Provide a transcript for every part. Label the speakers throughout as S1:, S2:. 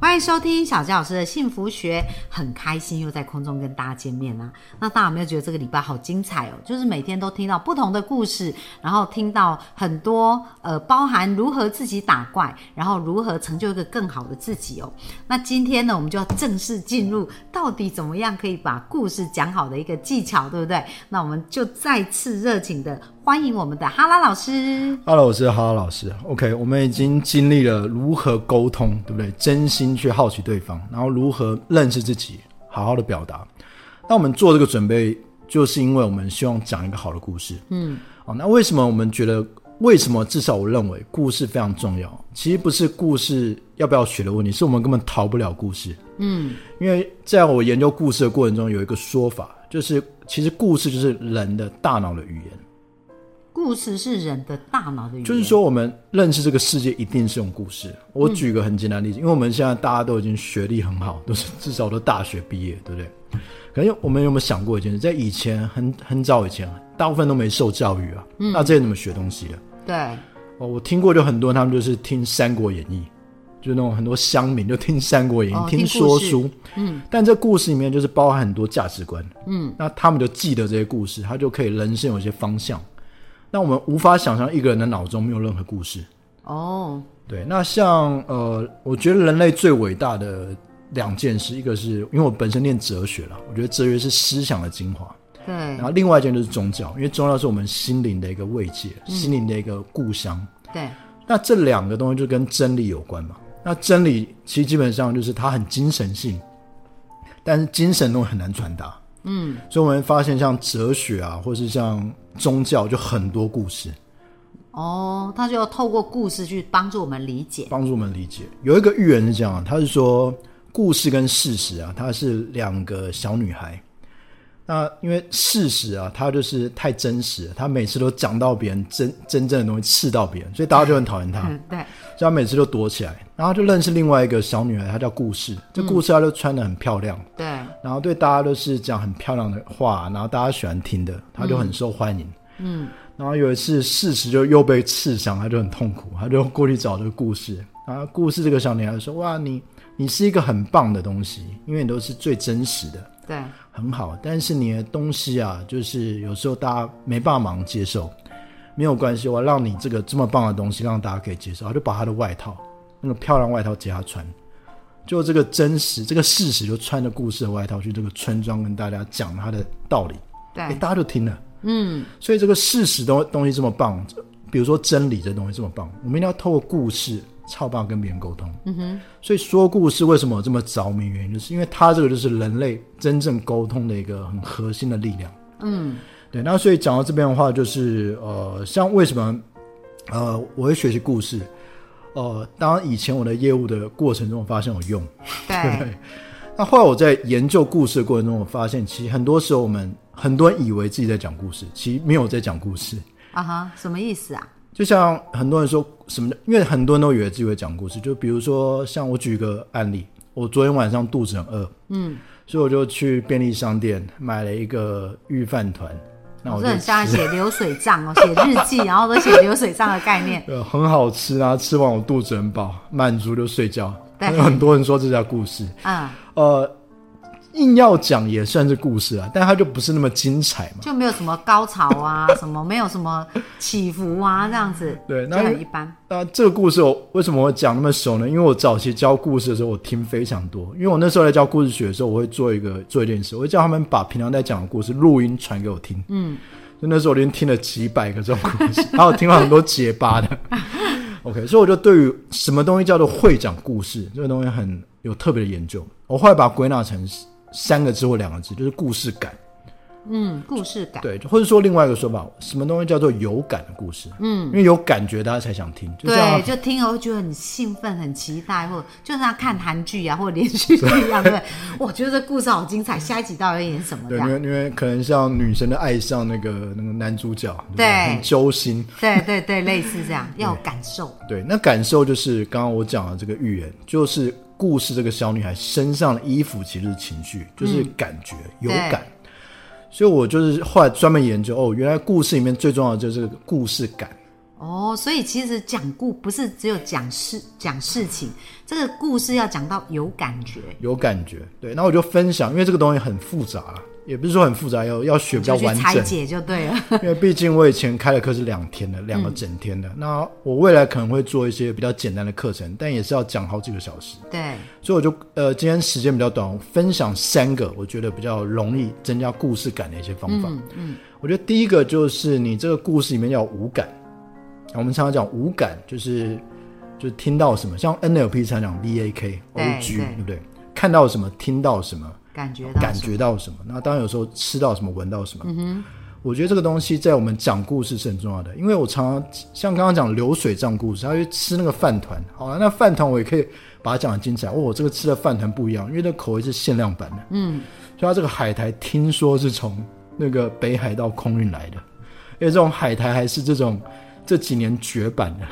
S1: 欢迎收听小纪老师的幸福学，很开心又在空中跟大家见面啦、那大家有没有觉得这个礼拜好精彩哦？就是每天都听到不同的故事，然后听到很多呃，包含如何自己打怪，然后如何成就一个更好的自己哦。那今天呢，我们就要正式进入到底怎么样可以把故事讲好的一个技巧，对不对？那我们就再次热情的欢迎我们的哈拉老师。
S2: Hello，我是哈哈老师。OK，我们已经经历了如何沟通，对不对？真心去好奇对方，然后如何认识自己，好好的表达。那我们做这个准备，就是因为我们希望讲一个好的故事。嗯，哦，那为什么我们觉得？为什么？至少我认为故事非常重要。其实不是故事要不要学的问题，是我们根本逃不了故事。嗯，因为在我研究故事的过程中，有一个说法，就是其实故事就是人的大脑的语言。
S1: 故事是人的大脑的语言，
S2: 就是说，我们认识这个世界一定是用故事。我举个很简单的例子，因为我们现在大家都已经学历很好，都是至少都大学毕业，对不对？可能我们有没有想过一件事，在以前很很早以前，大部分都没受教育啊，那这些怎么学东西啊的？
S1: 对，
S2: 哦，我听过就很多人，他们就是听《三国演义》，就是那种很多乡民就听《三国演义》
S1: 哦听
S2: 听
S1: 故
S2: 说
S1: 事
S2: 书，嗯，但这故事里面就是包含很多价值观，嗯，那他们就记得这些故事，他就可以人生有一些方向。那我们无法想象一个人的脑中没有任何故事，
S1: 哦，
S2: 对，那像呃，我觉得人类最伟大的两件事，一个是因为我本身念哲学啦，我觉得哲学是思想的精华，
S1: 对
S2: 然后另外一件就是宗教，因为宗教是我们心灵的一个慰藉，心灵的一个故乡。
S1: 对，
S2: 那这两个东西就跟真理有关嘛。那真理其实基本上就是它很精神性，但是精神东西很难传达。嗯，所以我们会发现像哲学啊，或是像宗教，就很多故事。
S1: 哦，他就要透过故事去帮助我们理解。
S2: 帮助我们理解。有一个寓言是这样啊，他是说故事跟事实啊，它是两个小女孩。那因为事实啊，它就是太真实了，她每次都讲到别人真真正的东西，刺到别人，所以大家就很讨厌她。
S1: 嗯，对，
S2: 所以他每次都躲起来，然后就认识另外一个小女孩，她叫故事。这故事她就穿的很漂亮，
S1: 对，
S2: 然后对大家都是讲很漂亮的话，然后大家喜欢听的，她就很受欢迎。嗯，然后有一次事实就又被刺伤，她就很痛苦，她就过去找这个故事。然后故事这个小女孩就说：“哇，你你是一个很棒的东西，因为你都是最真实的，
S1: 对，
S2: 很好。但是你的东西啊，就是有时候大家没办法马上接受，没有关系，我让你这个这么棒的东西让大家可以接受。啊他就把他的外套，那个漂亮外套借他穿，就这个真实这个事实，就穿着故事的外套去这个村庄跟大家讲他的道理，诶
S1: 对，
S2: 大家就听了。
S1: 嗯，
S2: 所以这个事实东东西这么棒，比如说真理这东西这么棒，我们一定要透过故事，超棒跟别人沟通。嗯哼。所以说故事为什么我这么着迷，原因就是因为它这个就是人类真正沟通的一个很核心的力量。
S1: 嗯，
S2: 对。那所以讲到这边的话，就是呃，像为什么呃我会学习故事，呃，当然以前我的业务的过程中我发现有用。
S1: 对，
S2: 那后来我在研究故事的过程中，我发现其实很多时候我们很多人以为自己在讲故事，其实没有在讲故事。
S1: 啊哈，什么意思啊？
S2: 就像很多人说什么的，因为很多人都以为自己会讲故事。就比如说，像我举一个案例，我昨天晚上肚子很饿，嗯，所以我就去便利商店买了一个预饭团。那
S1: 我
S2: 我
S1: 是
S2: 就
S1: 哦很像在写流水账哦，写 日记，然后都写流水账的概 念。
S2: 呃很好吃啊，吃完我肚子很饱，满足就睡觉。
S1: 对
S2: 有 很多人说这叫故事，
S1: 嗯，
S2: 呃，硬要讲也算是故事啊，但它就不是那么精彩嘛。
S1: 就没有什么高潮啊， 什么没有什么起伏啊，这样子
S2: 对，
S1: 就
S2: 那
S1: 很一般。
S2: 那这个故事我为什么会讲那么熟呢？因为我早期教故事的时候，我听非常多。因为我那时候在教故事学的时候，我会做一个做一件事，我会叫他们把平常在讲的故事录音传给我听。嗯，就那时候我连听了几百个这种故事，然后我听了很多结巴的。OK，所以我就对于什么东西叫做会讲故事这个东西很有特别的研究。我后来把它归纳成三个字或两个字，就是故事感。
S1: 嗯，故事感，
S2: 对，或者说另外一个说法，什么东西叫做有感的故事？嗯，因为有感觉，大家才想听。就
S1: 对，
S2: 像
S1: 就听了会觉得很兴奋、很期待，或者就像看韩剧啊，或者连续剧一 样，对，我觉得这故事好精彩，下一集到底会演什么这
S2: 对，
S1: 样
S2: 因？为因为可能像女生的爱上那个那个男主角，不
S1: 对
S2: 很揪心。
S1: 对对对，类似这样，要有感受，
S2: 对，那感受就是刚刚我讲的这个预言，就是故事这个小女孩身上的衣服其实是情绪，就是
S1: 嗯
S2: 感觉、有感。所以我就是后来专门研究，哦，原来故事里面最重要的就是这个故事感。
S1: 哦，所以其实讲故不是只有讲事讲事情，这个故事要讲到有感觉，
S2: 有感觉，对，那我就分享，因为这个东西很复杂啦，也不是说很复杂，要要学比较
S1: 就去
S2: 完
S1: 拆
S2: 整，
S1: 解就对了。
S2: 因为毕竟我以前开的课是两天的，两个整天的，那我未来可能会做一些比较简单的课程，但也是要讲好几个小时，
S1: 对，
S2: 所以我就呃今天时间比较短，我分享三个我觉得比较容易增加故事感的一些方法。嗯，我觉得第一个就是你这个故事里面要有五感，我们常常讲五感就是就是听到什么，像 NLP 常讲 VAK、
S1: 对对
S2: OG，对不对？看到什么，听到什么，
S1: 感觉到
S2: 感
S1: 什么
S2: 觉到什么。那当然有时候吃到什么，闻到什么。我觉得这个东西在我们讲故事是很重要的，因为我常常像刚刚讲流水账故事，他去吃那个饭团，好了，那饭团我也可以把它讲的精彩。哦，我这个吃的饭团不一样，因为那口味是限量版的。嗯，所以它这个海苔听说是从那个北海道空运来的，因为这种海苔还是这种这几年绝版的。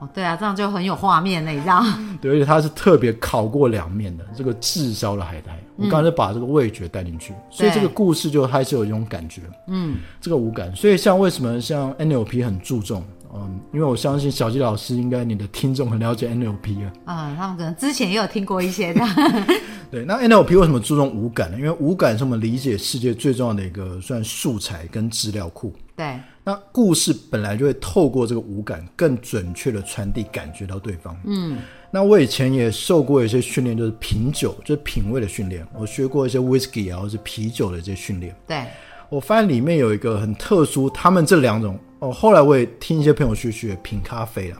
S1: 哦，对啊，这样就很有画面了，你知道？
S2: 对，而且它是特别烤过两面的这个炙烧的海苔，我刚才就把这个味觉带进去，所以这个故事就还是有一种感觉，嗯，这个无感。所以像为什么像 NLP 很注重，嗯，因为我相信小纪老师应该你的听众很了解 NLP 啊，
S1: 嗯，他们可能之前也有听过一些的，
S2: 对，那 NLP 为什么注重无感呢？因为无感是我们理解世界最重要的一个算素材跟资料库。
S1: 对，
S2: 那故事本来就会透过这个五感，更准确的传递感觉到对方。嗯，那我以前也受过一些训练，就是品酒，就是品味的训练。我学过一些 whisky 啊，或是啤酒的这些训练。
S1: 对，
S2: 我发现里面有一个很特殊，他们这两种哦，后来我也听一些朋友去学品咖啡了，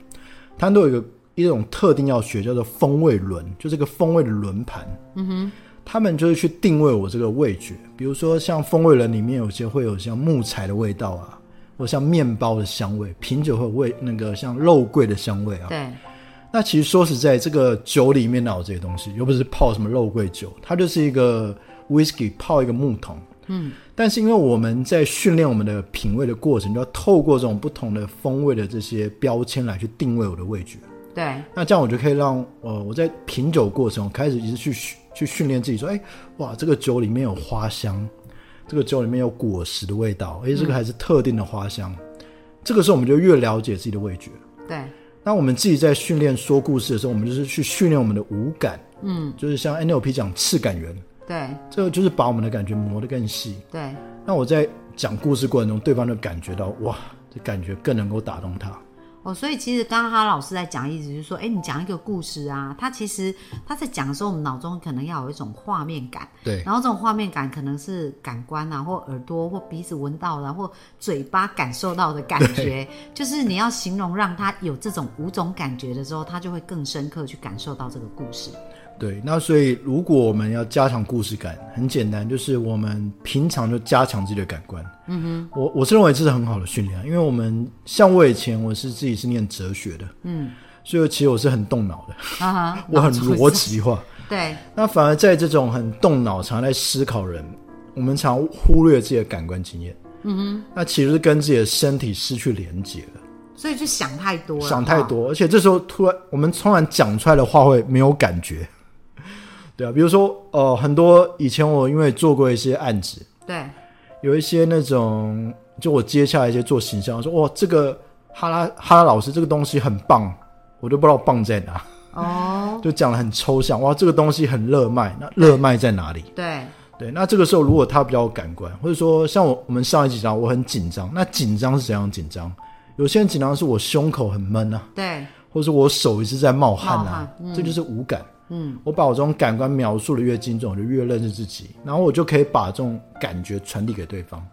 S2: 他们都有一个一种特定要学，叫做风味轮，就这个风味的轮盘。嗯哼，他们就是去定位我这个味觉，比如说像风味轮里面有些会有像木材的味道啊，或像面包的香味，品酒会有味那个像肉桂的香味啊。
S1: 对，
S2: 那其实说实在，这个酒里面哪有这些东西？又不是泡什么肉桂酒，它就是一个 whisky 泡一个木桶。嗯，但是因为我们在训练我们的品味的过程，就要透过这种不同的风味的这些标签来去定位我的味觉。
S1: 对，
S2: 那这样我就可以让呃我在品酒过程，我开始一直去训去训练自己说，哎，哇，这个酒里面有花香，这个酒里面有果实的味道，哎，这个还是特定的花香。这个时候我们就越了解自己的味觉。
S1: 对，
S2: 那我们自己在训练说故事的时候，我们就是去训练我们的五感，嗯，就是像 NLP 讲次感源，
S1: 对，
S2: 这个就是把我们的感觉磨得更细。
S1: 对，
S2: 那我在讲故事过程中，对方就感觉到哇，这感觉更能够打动他。
S1: 哦，所以其实刚刚哈老师在讲，意思就是说，哎，你讲一个故事啊，他其实他在讲的时候，我们脑中可能要有一种画面感，
S2: 对
S1: 然后这种画面感可能是感官啊，或耳朵或鼻子闻到的啊，或嘴巴感受到的感觉，就是你要形容让他有这种五种感觉的时候，他就会更深刻去感受到这个故事。
S2: 对，那所以如果我们要加强故事感，很简单，就是我们平常就加强自己的感官。嗯哼，我我是认为这是很好的训练啊，因为我们像我以前我是自己是念哲学的，嗯，所以其实我是很动脑的，
S1: 啊哈，
S2: 我很
S1: 脑中
S2: 逻辑化。
S1: 对
S2: 那反而在这种很动脑、常在思考人，我们常忽略自己的感官经验。嗯哼，那其实是跟自己的身体失去连接了，
S1: 所以就想太多了，
S2: 想太
S1: 哦。
S2: 多，而且这时候突然我们突然讲出来的话会没有感觉， 对啊，比如说呃，很多以前我因为做过一些案子，
S1: 啊对
S2: 有一些那种就我接下来一些做形象，说哇这个哈拉哈拉老师这个东西很棒，我都不知道棒在哪，
S1: 哦，
S2: 就讲的很抽象，哇这个东西很热卖，那热卖在哪里？
S1: 对
S2: 对，那这个时候如果他比较有感官，或者说像我我们上一集讲我很紧张，那紧张是怎样紧张？有些人紧张是我胸口很闷啊，
S1: 对
S2: 或者是我手一直在冒汗
S1: 冒
S2: 啊
S1: 汗，
S2: 这就是无感。
S1: 嗯，
S2: 我把我这种感官描述的越精准，我就越认识自己，然后我就可以把这种感觉传递给对方。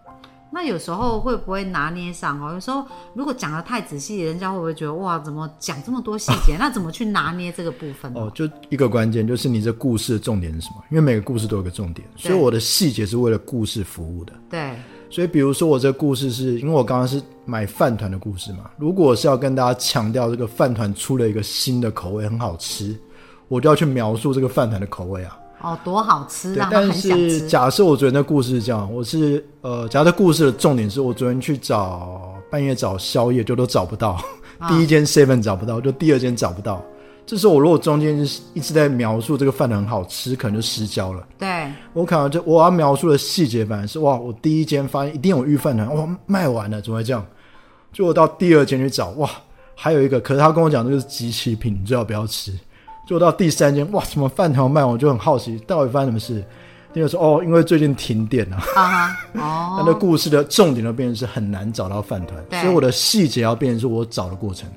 S1: 那那有时候会不会拿捏上哦？有时候如果讲的太仔细，人家会不会觉得哇，怎么讲这么多细节？那怎么去拿捏这个部分？
S2: 哦，就一个关键就是你这故事的重点是什么？因为每个故事都有个重点，所以我的细节是为了故事服务的。
S1: 对，
S2: 所以，比如说我这故事是因为我刚刚是买饭团的故事嘛，如果是要跟大家强调这个饭团出了一个新的口味，很好吃，我就要去描述这个饭团的口味啊。
S1: 哦，多好吃，
S2: 对
S1: 让，他
S2: 但
S1: 很想
S2: 是
S1: 吃。
S2: 假设我昨天的故事是这样，我是呃，假设故事的重点是我昨天去找半夜找宵夜，就都找不到，
S1: 啊
S2: 第一间 seven 找不到，就第二间找不到。这时候我如果中间就是一直在描述这个饭团很好吃，可能就失焦了。
S1: 对，
S2: 我可能就我要描述的细节反而是哇，我第一间发现一定有预饭团，哇卖完了，怎么会这样？就我到第二间去找，哇，还有一个，可是他跟我讲这个是集齐品，你最好不要吃。就我到第三间，哇，什么饭团卖完，我就很好奇到底发生什么事。那个说哦，因为最近停电啊，
S1: 啊哈，
S2: 那
S1: 哦，
S2: 这故事的重点就变成是很难找到饭团，
S1: 对
S2: 所以我的细节要变成是我找的过程。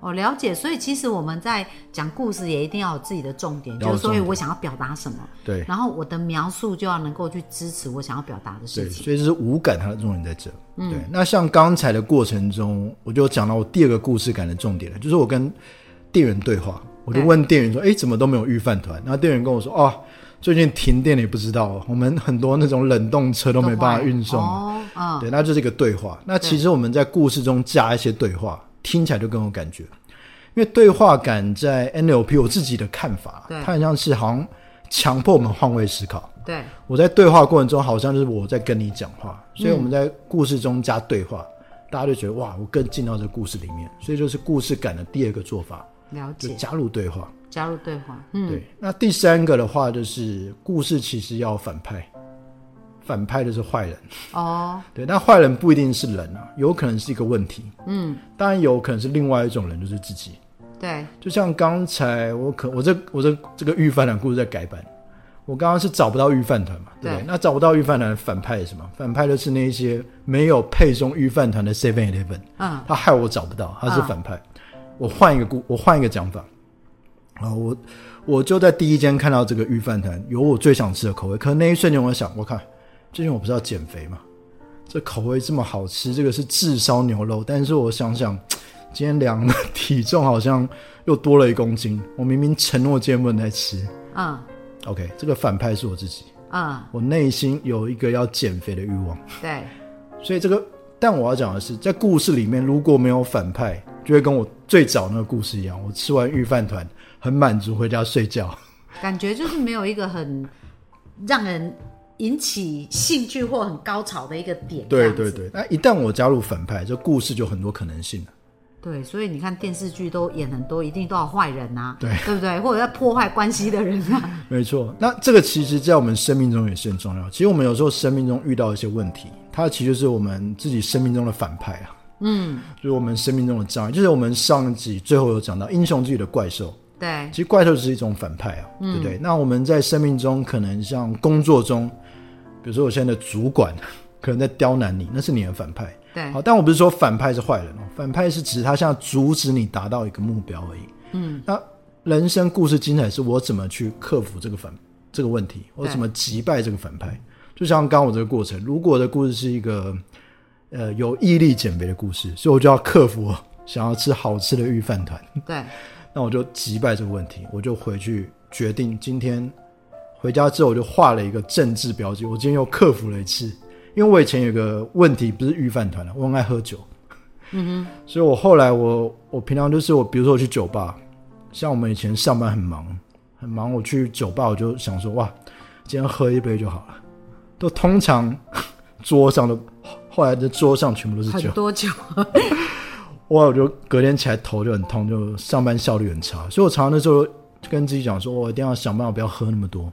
S1: 我哦了解。所以其实我们在讲故事也一定要有自己的重点，
S2: 要有
S1: 就是
S2: 重
S1: 说哎
S2: 点
S1: 我想要表达什么，
S2: 对
S1: 然后我的描述就要能够去支持我想要表达的
S2: 对，
S1: 事情。
S2: 所以就是无感它的重点在这。对，那像刚才的过程中，我就讲到我第二个故事感的重点了，就是我跟店员对话，我就
S1: 对
S2: 问店员说：“哎，怎么都没有预饭团？”然后店员跟我说：“哦，最近停电了，也不知道，哦我们很多那种冷冻车都没办法运送。啊
S1: 哦，嗯，
S2: 对，那就是一个对话。那其实我们在故事中加一些对话，听起来就更有感觉，因为对话感在 NLP 我自己的看法，
S1: 对
S2: 它很像是好像强迫我们换位思考。
S1: 嗯对，
S2: 我在对话过程中，好像就是我在跟你讲话，所以我们在故事中加对话，大家就觉得哇，我更进到这故事里面，所以就是故事感的第二个做法，
S1: 了
S2: 就
S1: 解，
S2: 加入对话。
S1: 加入对话，嗯，
S2: 对，那第三个的话就是故事其实要反派，反派就是坏人。
S1: 哦，
S2: 对，那坏人不一定是人啊，有可能是一个问题。嗯，当然有可能是另外一种人，就是自己。
S1: 对，
S2: 就像刚才我可我这我这这个预饭团故事在改版，我刚刚是找不到预饭团嘛，对不对？
S1: 对
S2: 那找不到预饭团，反派是什么？反派就是那一些没有配送预饭团的 Seven Eleven，
S1: 嗯，
S2: 他害我找不到，他是反派。我换一个故，我换一个讲法。啊，我我就在第一间看到这个预饭团，有我最想吃的口味。可是那一瞬间，我想，我看最近我不是要减肥嘛，这口味这么好吃，这个是炙烧牛肉。但是我想想，今天量了体重好像又多了一公斤。我明明承诺今天不能再吃。
S1: 嗯，
S2: OK，这个反派是我自己，
S1: 嗯，
S2: 我内心有一个要减肥的欲望。
S1: 对，
S2: 所以这个，但我要讲的是，在故事里面如果没有反派，就会跟我最早那个故事一样，我吃完御饭团很满足回家睡觉。
S1: 感觉就是没有一个很让人引起兴趣或很高潮的一个点。这
S2: 对
S1: 样
S2: 对
S1: 子
S2: 对，那一旦我加入反派，这故事就很多可能性了。
S1: 对，所以你看电视剧都演很多，一定都要坏人呐、啊，
S2: 对
S1: 对不对？或者要破坏关系的人 啊，
S2: 没错，那这个其实，在我们生命中也是很重要。其实我们有时候生命中遇到一些问题，它其实就是我们自己生命中的反派啊。嗯，就是我们生命中的障碍，就是我们上一集最后有讲到英雄自己的怪兽，
S1: 对
S2: 其实怪兽是一种反派啊，对不对？那我们在生命中，可能像工作中，比如说我现在的主管 可能在刁难你，那是你的反派。
S1: 对
S2: 好，但我不是说反派是坏人哦，反派是指他现在阻止你达到一个目标而已。嗯，那人生故事精彩是我怎么去克服这个反这个问题，我
S1: 对
S2: 怎么击败这个反派。就像刚刚我这个过程，如果我的故事是一个呃有毅力减肥的故事，所以我就要克服我想要吃好吃的御饭团。
S1: 对
S2: 那我就击败这个问题，我就回去决定今天回家之后，我就画了一个政治标记。我今天又克服了一次，因为我以前有个问题，不是御饭团了，啊我很爱喝酒。嗯哼，所以我后来我我平常就是我，比如说我去酒吧，像我们以前上班很忙很忙，我去酒吧我就想说哇，今天喝一杯就好了。都通常 桌上的后来的桌上全部都是酒
S1: 很，多酒，
S2: 哇，我就隔天起来头就很痛，就上班效率很差，所以我常常那时候就跟自己讲说，我一定要想办法不要喝那么多。啊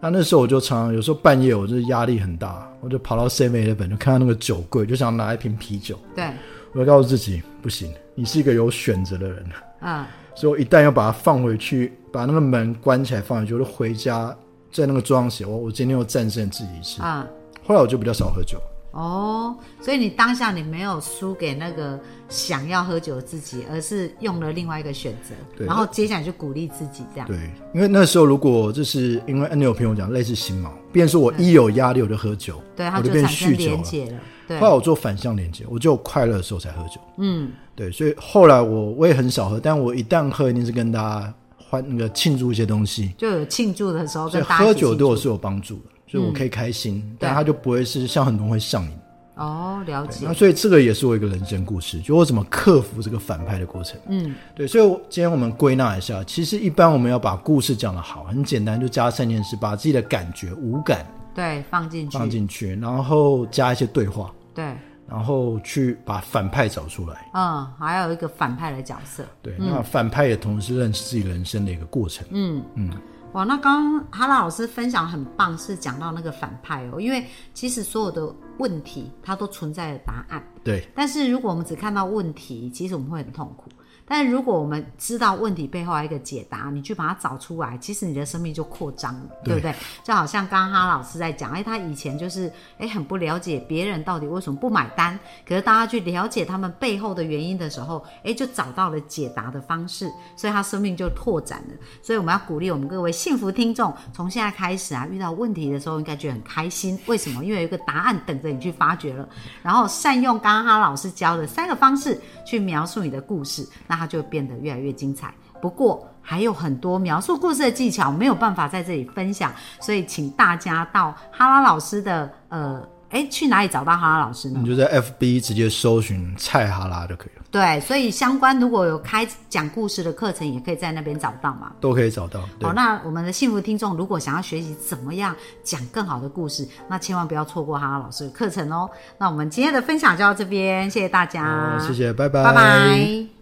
S2: 那那时候我就常常有时候半夜我就是压力很大，我就跑到 C V 的本就看到那个酒柜，就想拿一瓶啤酒。
S1: 对，
S2: 我就告诉自己不行，你是一个有选择的人，
S1: 嗯，
S2: 所以我一旦要把它放回去，把那个门关起来放回去，我就哦回家在那个桌上写我我今天又战胜自己一次。
S1: 嗯，
S2: 后来我就比较少喝酒，
S1: 哦，所以你当下你没有输给那个想要喝酒的自己，而是用了另外一个选择，
S2: 对
S1: 然后接下来就鼓励自己这样。
S2: 对，因为那时候如果就是因为 N 有朋友讲类似心锚，变成说我一有压力我就喝酒，
S1: 嗯对，他
S2: 我就
S1: 就
S2: 变
S1: 产生
S2: 酗酒
S1: 连
S2: 了。
S1: 结了。对
S2: 后来，我做反向连接，我就快乐的时候才喝酒。嗯，对，所以后来我我也很少喝，但我一旦喝，一定是跟大家欢那个庆祝一些东西，
S1: 就有庆祝的时候
S2: 所以
S1: 跟大家一
S2: 喝
S1: 起庆
S2: 酒
S1: 祝
S2: 对我是有帮助的，所以我可以开心，但它就不会是像很多人会上瘾。
S1: 哦，了
S2: 对
S1: 解
S2: 那。所以这个也是我一个人生故事，就我怎么克服这个反派的过程。嗯，对，所以我今天我们归纳一下，其实一般我们要把故事讲得好，很简单，就加三件事，把自己的感觉、五感
S1: 对，放进去，
S2: 放进去，然后加一些对话，
S1: 对，
S2: 然后去把反派找出来。
S1: 嗯，还有一个反派的角色。
S2: 对，那反派也同时认识自己人生的一个过程。嗯，
S1: 哇，那刚刚哈拉老师分享很棒，是讲到那个反派哦，因为其实所有的问题它都存在着答案，
S2: 对，
S1: 但是如果我们只看到问题，其实我们会很痛苦。但是如果我们知道问题背后还有一个解答，你去把它找出来，其实你的生命就扩张了，对不
S2: 对
S1: 对？就好像刚刚哈老师在讲，哎，他以前就是哎很不了解别人到底为什么不买单，可是大家去了解他们背后的原因的时候，哎，就找到了解答的方式，所以他生命就拓展了。所以我们要鼓励我们各位幸福听众，从现在开始啊，遇到问题的时候应该觉得很开心，为什么？因为有一个答案等着你去发掘了。然后善用刚刚哈老师教的三个方式去描述你的故事，那它就变得越来越精彩。不过还有很多描述故事的技巧没有办法在这里分享，所以请大家到哈拉老师的呃，哎，去哪里找到哈拉老师呢
S2: 你？就在 FB 直接搜寻蔡哈拉就可以了，
S1: 对，所以相关如果有开讲故事的课程，也可以在那边找到嘛。
S2: 都可以找到。对
S1: 好，，那我们的幸福听众如果想要学习怎么样讲更好的故事，那千万不要错过哈拉老师的课程哦。那我们今天的分享就到这边，谢谢大家，
S2: 好谢谢，拜
S1: 拜拜